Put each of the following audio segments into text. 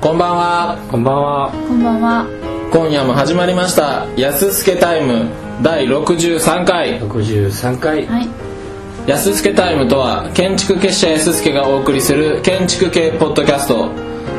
こんばんはこんばんは。こんばんは。今夜も始まりました「やすすけタイム」第63回六十三回。はい。 「やすすけタイム」とは建築結社やすすけがお送りする建築系ポッドキャスト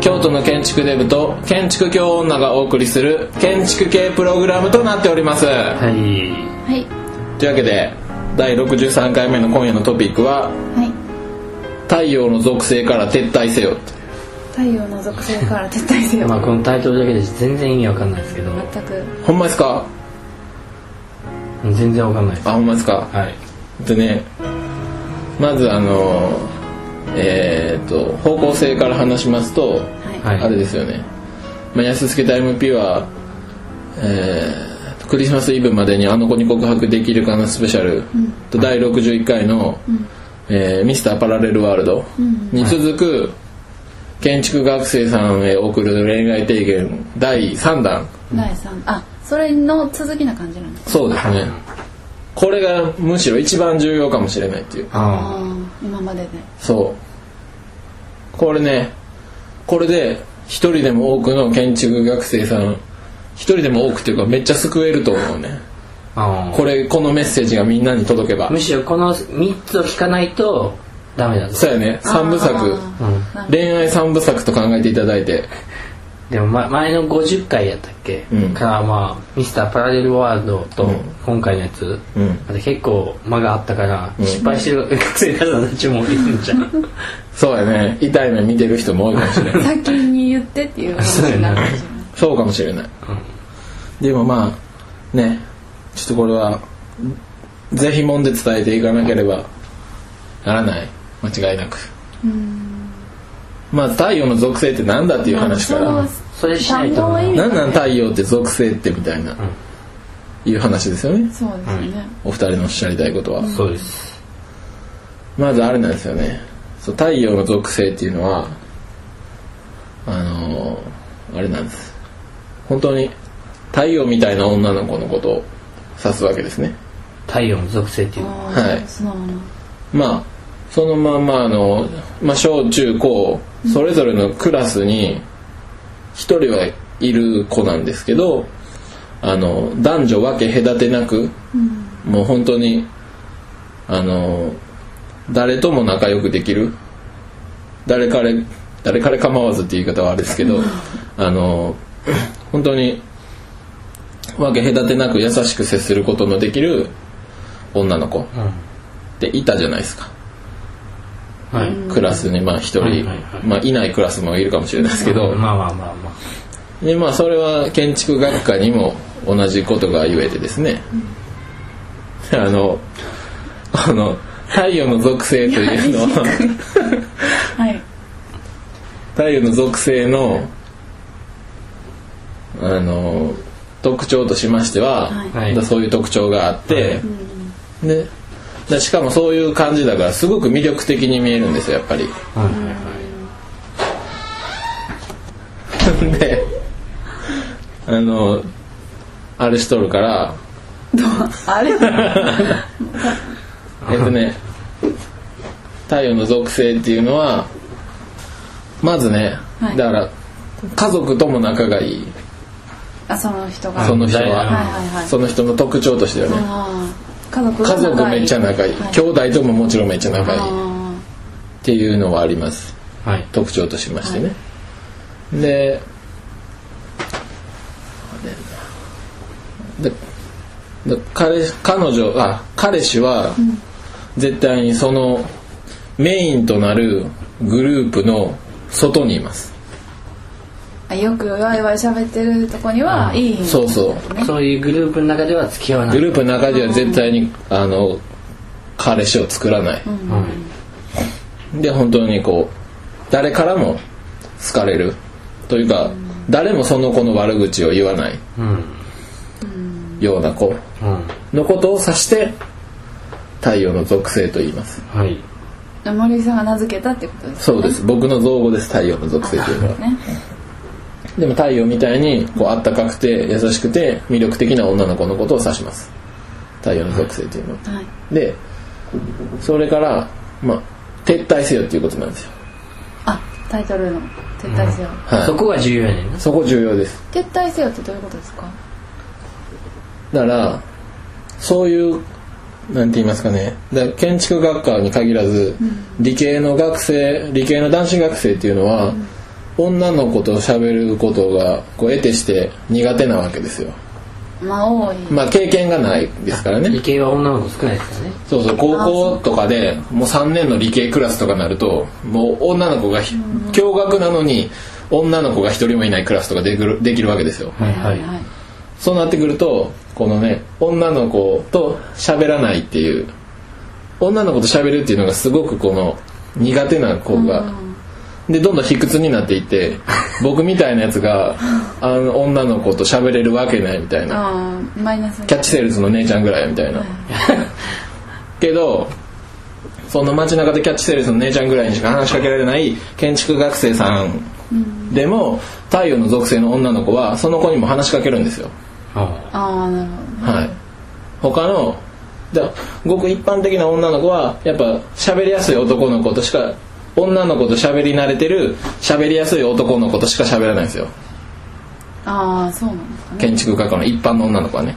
京都の建築デブと建築教女がお送りする建築系プログラムとなっておりますはい。はい。というわけで第63回目の今夜のトピックははい。 「太陽の属性から撤退せよ」太陽の属性から撤退せよ。まあこのタイトルだけで全然意味わかんないですけど、全く。ほんまですか全然わかんないです。あほんまですかはい。でねまずあのえー、と方向性から話しますと、はい。はいあれですよね、まあ、安助タイム P は、えークリスマスイブまでにあの子に告白できるかなスペシャル、と第61回の、えーミスターパラレルワールド」に続く、建築学生さんへ送る恋愛提言第3弾第三。あ、それの続きな感じなんです。そうですねこれがむしろ一番重要かもしれないっていうあああ、今までで。そうこれねこれで一人でも多くの建築学生さん一人でも多くっていうかめっちゃ救えると思うねあ。あこれこのメッセージがみんなに届けばあ。むしろこの三つを聞かないとダメだぞ。そうやね三部作あうん。ー恋愛三部作と考えていただいてでも、ま、前の50回やったっけ、うんからまあミスターパラレルワールドとうん今回のやつ、うんまた結構間があったから、失敗して る学生の方たちもいるんじゃんそうやね痛い目見てる人も多いかもしれない 先に言っ てっていう話になるかもしれない。そうかもしれない、でもまあねちょっとこれはぜひもんで伝えていかなければならない間違いなくまあ太陽の属性ってなんだっていう話からそうそれしないと単語を意味なんなん太陽って属性ってみたいな、いう話ですよねそうですね。お二人のおっしゃりたいことは、そうですまずあれなんですよねそう太陽の属性っていうのはあのーあれなんです本当に太陽みたいな女の子のことを指すわけですね太陽の属性っていうのあはーいそうなの。まあそのまんまあの、まあ、小中高それぞれのクラスに一人はいる子なんですけどあの男女分け隔てなく、もう本当にあの誰とも仲良くできる誰彼誰彼構わずっていう言い方はあれですけどあの本当に分け隔てなく優しく接することのできる女の子っていたじゃないですか。はい、クラスにまあ一人、はいはいはいまあ、いないクラスもいるかもしれないですけど、まあまあまあまあでまあ、それは建築学科にも同じことが言えてですね、あのあの太陽の属性というのははい。太陽の属性のあの特徴としましては、はいだそういう特徴があって、ででしかもそういう感じだからすごく魅力的に見えるんですよやっぱり。はいはいはいであのあれしとるから あれ えっとね太陽の属性っていうのはまずね、はいだから家族とも仲がいいあ、その人が。その人は、はいはいはいはいその人の特徴としてはねあー家族家族めっちゃ仲いい、はい兄弟とももちろんめっちゃ仲いいっあていうのはありますはい特徴としましてね、ででで彼彼女あ彼氏は絶対にそのメインとなるグループの外にいます、ーあよくワイワイ喋ってるとこにはいい。そうそうそういうグループの中では付き合わないグループの中では絶対にあの彼氏を作らない、はいで本当にこう誰からも好かれるというか、誰もその子の悪口を言わないうんような子うんのことを指して太陽の属性と言いますはい森さんが名付けたってことですそうです僕の造語です太陽の属性というのはね。 でも太陽みたいにこうあったかくて優しくて魅力的な女の子のことを指します太陽の属性というのははい。でそれからまあ撤退せよっていうことなんですよあ、タイトルの。撤退せよはい、そこが重要やねんなそこ重要です撤退せよってどういうことですかだからそういうなんて言いますかねだから建築学科に限らず、理系の学生理系の男子学生っていうのは、女の子と喋ることがこう得てして苦手なわけですよまあ多いまあ経験がないですからね理系は女の子少ないですからねそうそう高校とかでもう3年の理系クラスとかになるともう女の子がひ共学なのに女の子が一人もいないクラスとかできるできるわけですよはいはいはいそうなってくるとこのね女の子と喋らないっていう女の子と喋るっていうのがすごくこの苦手な子が、でどんどん卑屈になっていって僕みたいなやつがあの女の子と喋れるわけないみたいなああマイナスキャッチセールスの姉ちゃんぐらいみたいな、 けどその街中でキャッチセールスの姉ちゃんぐらいにしか話しかけられない建築学生さんでも太陽の属性の女の子はその子にも話しかけるんですよあああなるほどはい他のじゃあごく一般的な女の子はやっぱ喋りやすい男の子としか女の子と喋り慣れてる喋りやすい男の子としか喋らないんですよああそうなんですかね建築学科の一般の女の子は ね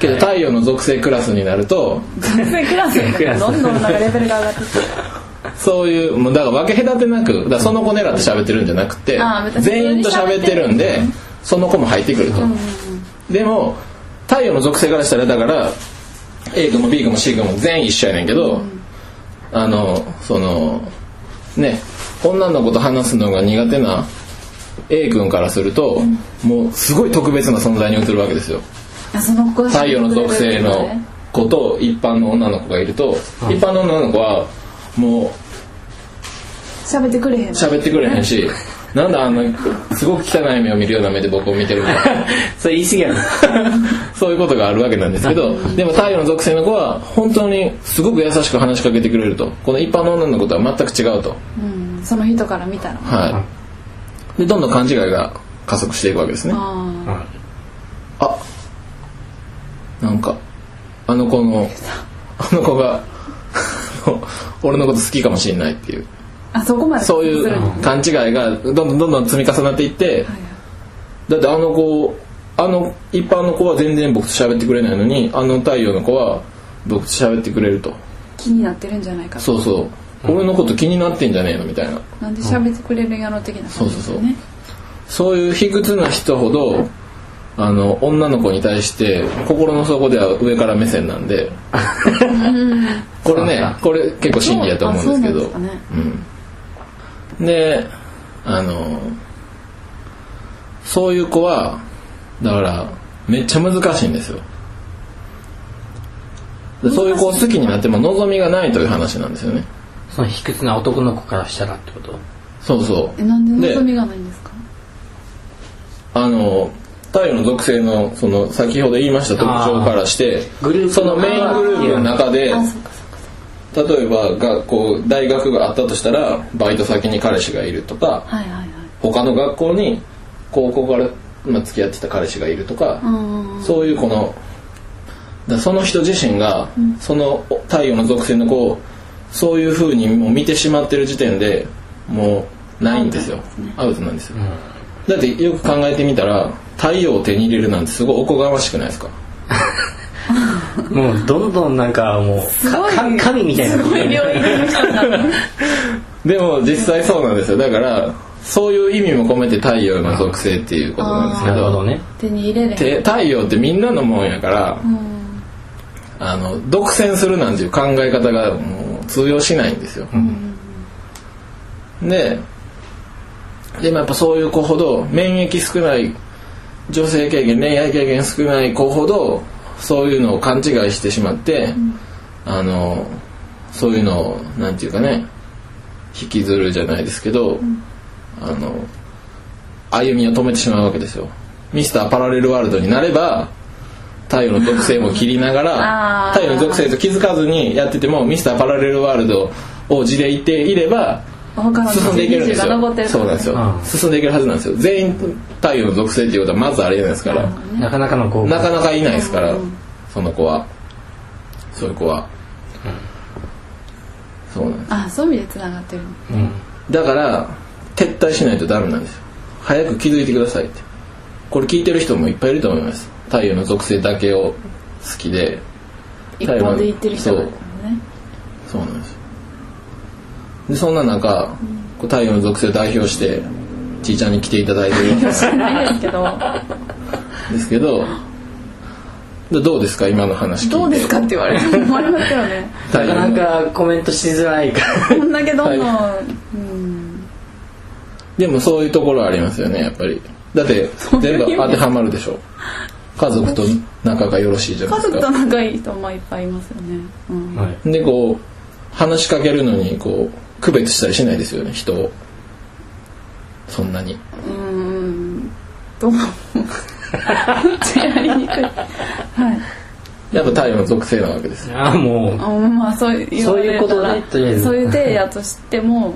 けど太陽の属性クラスになると学生クラスクラスどんどんなんかレベルが上がってきてそういうもうだから分け隔てなくだからその子狙って喋ってるんじゃなくてあー別に全員と喋ってるんでその子も入ってくると、でも太陽の属性からしたらだから A 君も B 君も C 君も全員一緒やねんけど、あのそのね女の子と話すのが苦手な A 君からすると、もうすごい特別な存在に映るわけですよあその子太陽の属性のね子と一般の女の子がいると、うん一般の女の子はもう喋ってくれへんの喋ってくれへん し、なんだあの、すごく汚い目を見るような目で僕を見てるみたいなそれ言い過ぎやろ そういうことがあるわけなんですけど、でも太陽の属性の子は、本当にすごく優しく話しかけてくれると。この一般の女の子とは全く違うと。うんその人から見たらは。はいで、どんどん勘違いが加速していくわけですね。あうんあなんか、あの子の、あの子が、 あの俺のこと好きかもしれないっていう。ああそこまでそういするう勘違いがどんどんどんどん積み重なっていって、だってあの子あの一般の子は全然僕と喋ってくれないのにあの太陽の子は僕と喋ってくれると気になってるんじゃないかとそうそう、俺のこと気になってんじゃねえのみたいななんで喋ってくれるんやろ的なそ感うじそうそですようねそういう卑屈な人ほどあの女の子に対して心の底では上から目線なんでこれそうなんねだこれ結構真理やと思うんですけどあそうなんですかうん、であのそういう子はだからめっちゃ難しいんですよでそういう子を好きになっても望みがないという話なんですよねその卑屈な男の子からしたらってことそうそうえなんで望みがないんですかあの太陽の属性のその先ほど言いました特徴からしてあーグループそのメイングループの中であそうかそうか例えば学校大学があったとしたらバイト先に彼氏がいるとかはいはいはい他の学校に高校から、まあ、付き合ってた彼氏がいるとかうんそういうこのだその人自身がそのお太陽の属性の子をそういう風にもう見てしまってる時点でもうないんですよアウトなんですよ、だってよく考えてみたら太陽を手に入れるなんてすごいおこがましくないですかもうどんどんなんかもうかごいか神みたいなすごい領域の人になるでも実際そうなんですよだからそういう意味も込めて太陽の属性っていうことなんですけなるほどどね手に入れれへんて太陽ってみんなのもんやから、あの独占するなんていう考え方がもう通用しないんですよ、ででもやっぱそういう子ほど免疫少ない女性経験恋愛経験少ない子ほどそういうのを勘違いしてしまって、あのそういうのをなんていうかね引きずるじゃないですけど、あの歩みを止めてしまうわけですよミスターパラレルワールドになれば太陽の属性も切りながら あー太陽の属性と気づかずにやっててもミスターパラレルワールドを地でいていれば他の進んでいけるんですが残ってよるそうなんですようん進んでいけるはずなんですよ全員太陽の属性っていうことはまずありえないですからなかなかのこうなかなかいないですからその子はそういう子はそうなんですあそういう意味でつながってるうんだから撤退しないとダメなんですよ早く気づいてくださいってこれ聞いてる人もいっぱいいると思います太陽の属性だけを好きで一本で行ってる人だからねそうなんですでそんな中こう太陽の属性を代表してちいちゃんに来ていただいてるんで知らないですけどすけどでどうですか今の話聞いてどうですかって言われる困りますよね太陽なかのなかコメントしづらいから。こんだけどんどん、はうんでもそういうところありますよねやっぱりだってそういう全意部味当てはまるでしょ家族と仲がよろしいじゃない家です族かと仲いい人もいっぱいいますよね、うんはい。でこう話しかけるのにこう区別したりしないですよね人をそんなにうーんどう もめっちゃやりにくいはいやっぱ太陽の属性なわけですああ、もう。あまあそういうそういうことね言われたらとりあえずそういう体やとしても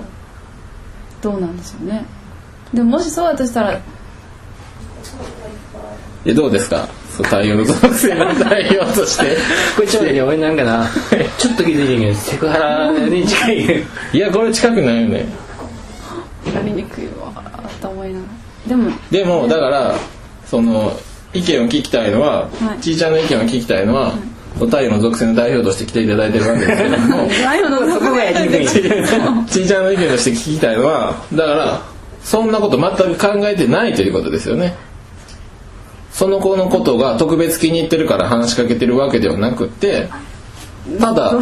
どうなんでしょうねでももしそうだとしたらえどうですかそう太陽の属性の代表としてこれちょっとね、俺なんかな、 ちょっと気づいてんけど、セクハラに近い。いやこれ近くないよねやりにくいわと思いながらでもでもだからその意見を聞きたいのは、はいちいちゃんの意見を聞きたいのは、太陽の属性の代表として来ていただいてるわけですけど もライオンのそこがやりにくい。 ちいちゃんの意見として聞きたいのはだからそんなこと全く考えてないということですよねその子のことが特別気に入ってるから話しかけてるわけではなくって ただ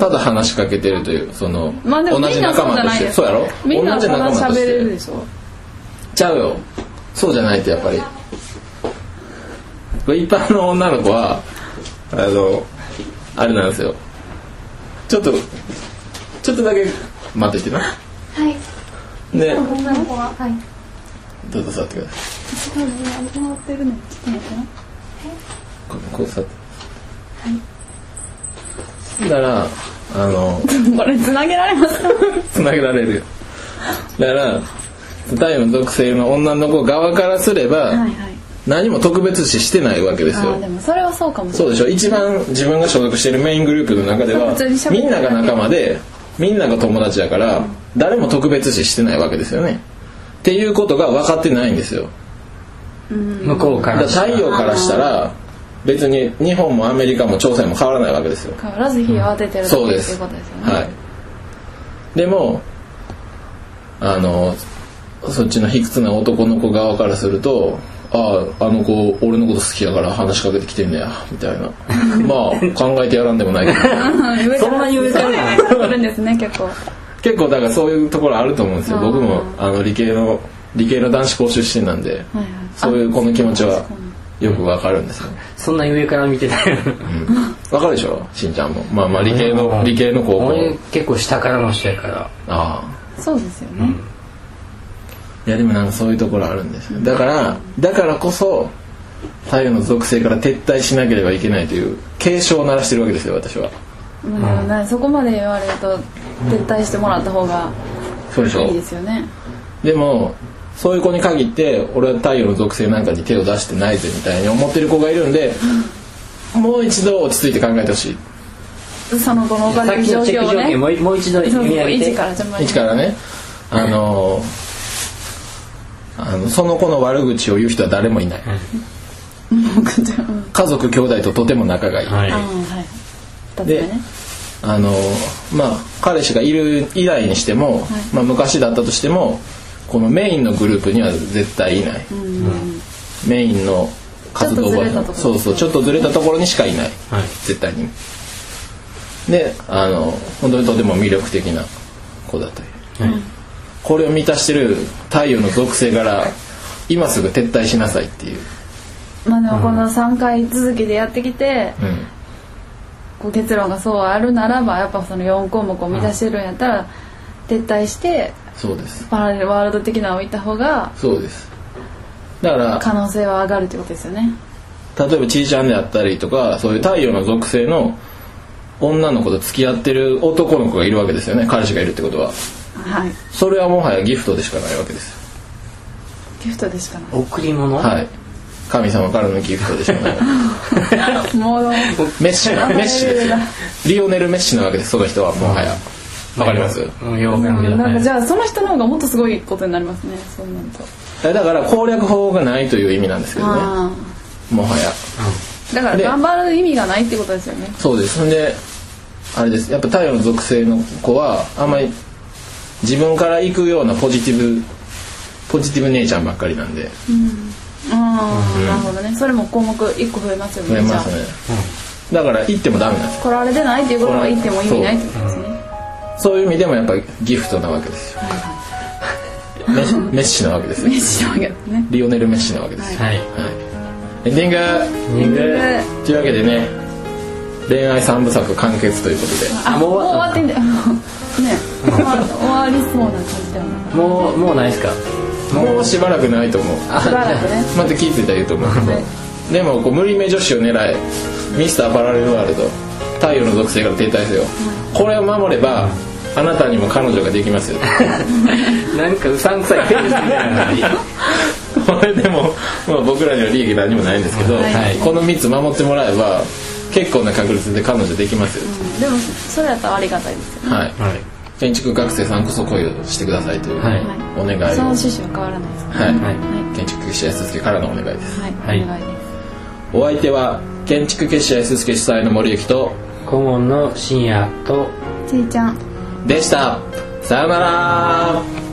ただ話しかけてるというその、まあでも同みじんな仲そうじ間ゃとなしていですそうやろかみんな同じそんな仲間と喋しれてるでしょちゃうよそうじゃないとやっぱりこれ一般の女の子はあのあれなんですよちょっとちょっとだけ待っててなはい。で女の子は、はい。どうぞ座ってください多分ねあの回ってるのちょっと待ってなここう座ってだからあのこれ繋げられますつなげられるよだから太陽の属性の女の子側からすれば、はいはい何も特別視してないわけですあーよでもそれはそうかもしれそうでしょ一番自分が所属しているメイングループの中では普通に喋ってみるんなが仲間でみんなが友達だから誰も特別視してないわけですよねっていうことが分かってないんですよ向こうだかかららした太ら。陽からしたら別に日本もアメリカも朝鮮も変わらないわけですよないからず火を当ててるだけそうでっていすうことですよねはいでもあのそっちの卑屈な男の子側からするとあああの子俺のこと好きやから話しかけてきてんねやみたいな まあ考えてやらんでもないけどそんなに上から来るんですね結構結構だからそういうところあると思うんですよあー僕もあの理系の理系の男子校出身なんではいはいそういう子の気持ちはよくわかるんですよそんな上から見てたよ。わかるでしょしんちゃんもまあまあ理系うのん理系の高校俺結構下からの人やから。ああそうですよねいやでもなんかそういうところあるんですよだからだからこそ太陽の属性から撤退しなければいけないという警鐘を鳴らしてるわけですよ私はまあでもねそこまで言われると撤退してもらった方がそうでしょいいですよねでもそういう子に限って俺は太陽の属性なんかに手を出してないぜみたいに思ってる子がいるんでもう一度落ち着いて考えてほしいその後のおさっ金のき状のチェッ況クを条ね件もうもう一度そう読みそう上げ一て。から始まり一からねあのあのその子の悪口を言う人は誰もいない家族兄弟ととても仲がいいはい。あーはい二つ目でねあのまあ彼氏がいる以来にしても、まあ、昔だったとしてもこのメインのグループには絶対いない、メインの活動場ちょっとずれたところそうそうちょっとずれたところにしかいないはい。絶対にであの本当にとても魅力的な子だというはいこれを満たしてる太陽の属性から今すぐ撤退しなさいっていう、まあでもこの3回続きでやってきてこう結論がそうあるならばやっぱその4項目を満たしてるんやったら撤退してそうですパラレルワールド的なのを置いた方がそうですだから可能性は上がるってことですよね例えばちいちゃんであったりとかそういう太陽の属性の女の子と付き合ってる男の子がいるわけですよね彼氏がいるってことははいそれはもはやギフトでしかないわけですギフトでしかな贈り物はい神様からのギフトでしかない いもうメッシメッシですよリオネル・メッシなわけですその人はもはやわかりますうん、よくわかるけどなんかじはいゃあその人の方がもっとすごいことになりますねそうなると、えだから攻略法がないという意味なんですけどねあもはやあだからで頑張る意味がないってことですよねそうですんであれですやっぱ太陽の属性の子はあんまり自分から行くようなポジティブポジティブ姉ちゃんばっかりなんでああ、なるほどねそれも項目1個増えますよ増ねえますねだから行ってもダメなんですじゃあ来られてないっていうことが言っても意味ないってことですねそういう意味でもやっぱりギフトなわけですよメッシメッシなわけですよ名刺なわけですねリオネル・メッシなわけですよ、はいはい、エンディング人間でというわけでね恋愛三部作完結ということであももうう終わってんだよね終わ終わりそうな感じだよねもうもうないですかもうしばらくないと思うしばらくねまた聞いてたら言うと思うけはいどでもこう無理目女子を狙えミスターパラレルワールド太陽の属性から停滞せよこれを守ればあなたにも彼女ができますよなんかうさんく さいページみたいなこれでも、まあ、僕らには利益何もないんですけど、はいこの3つ守ってもらえば結構な確率で彼女できますよ、でもそれやったらありがたいですよはいはい建築学生さんこそ恋をしてくださいという、はいお願いをその趣旨は変わらないですはいはい建築結社安助からのお願いですは、はいいお願いですお相手は建築結社安助主催の森幸と顧問の深夜とちいちゃんでしたさようなら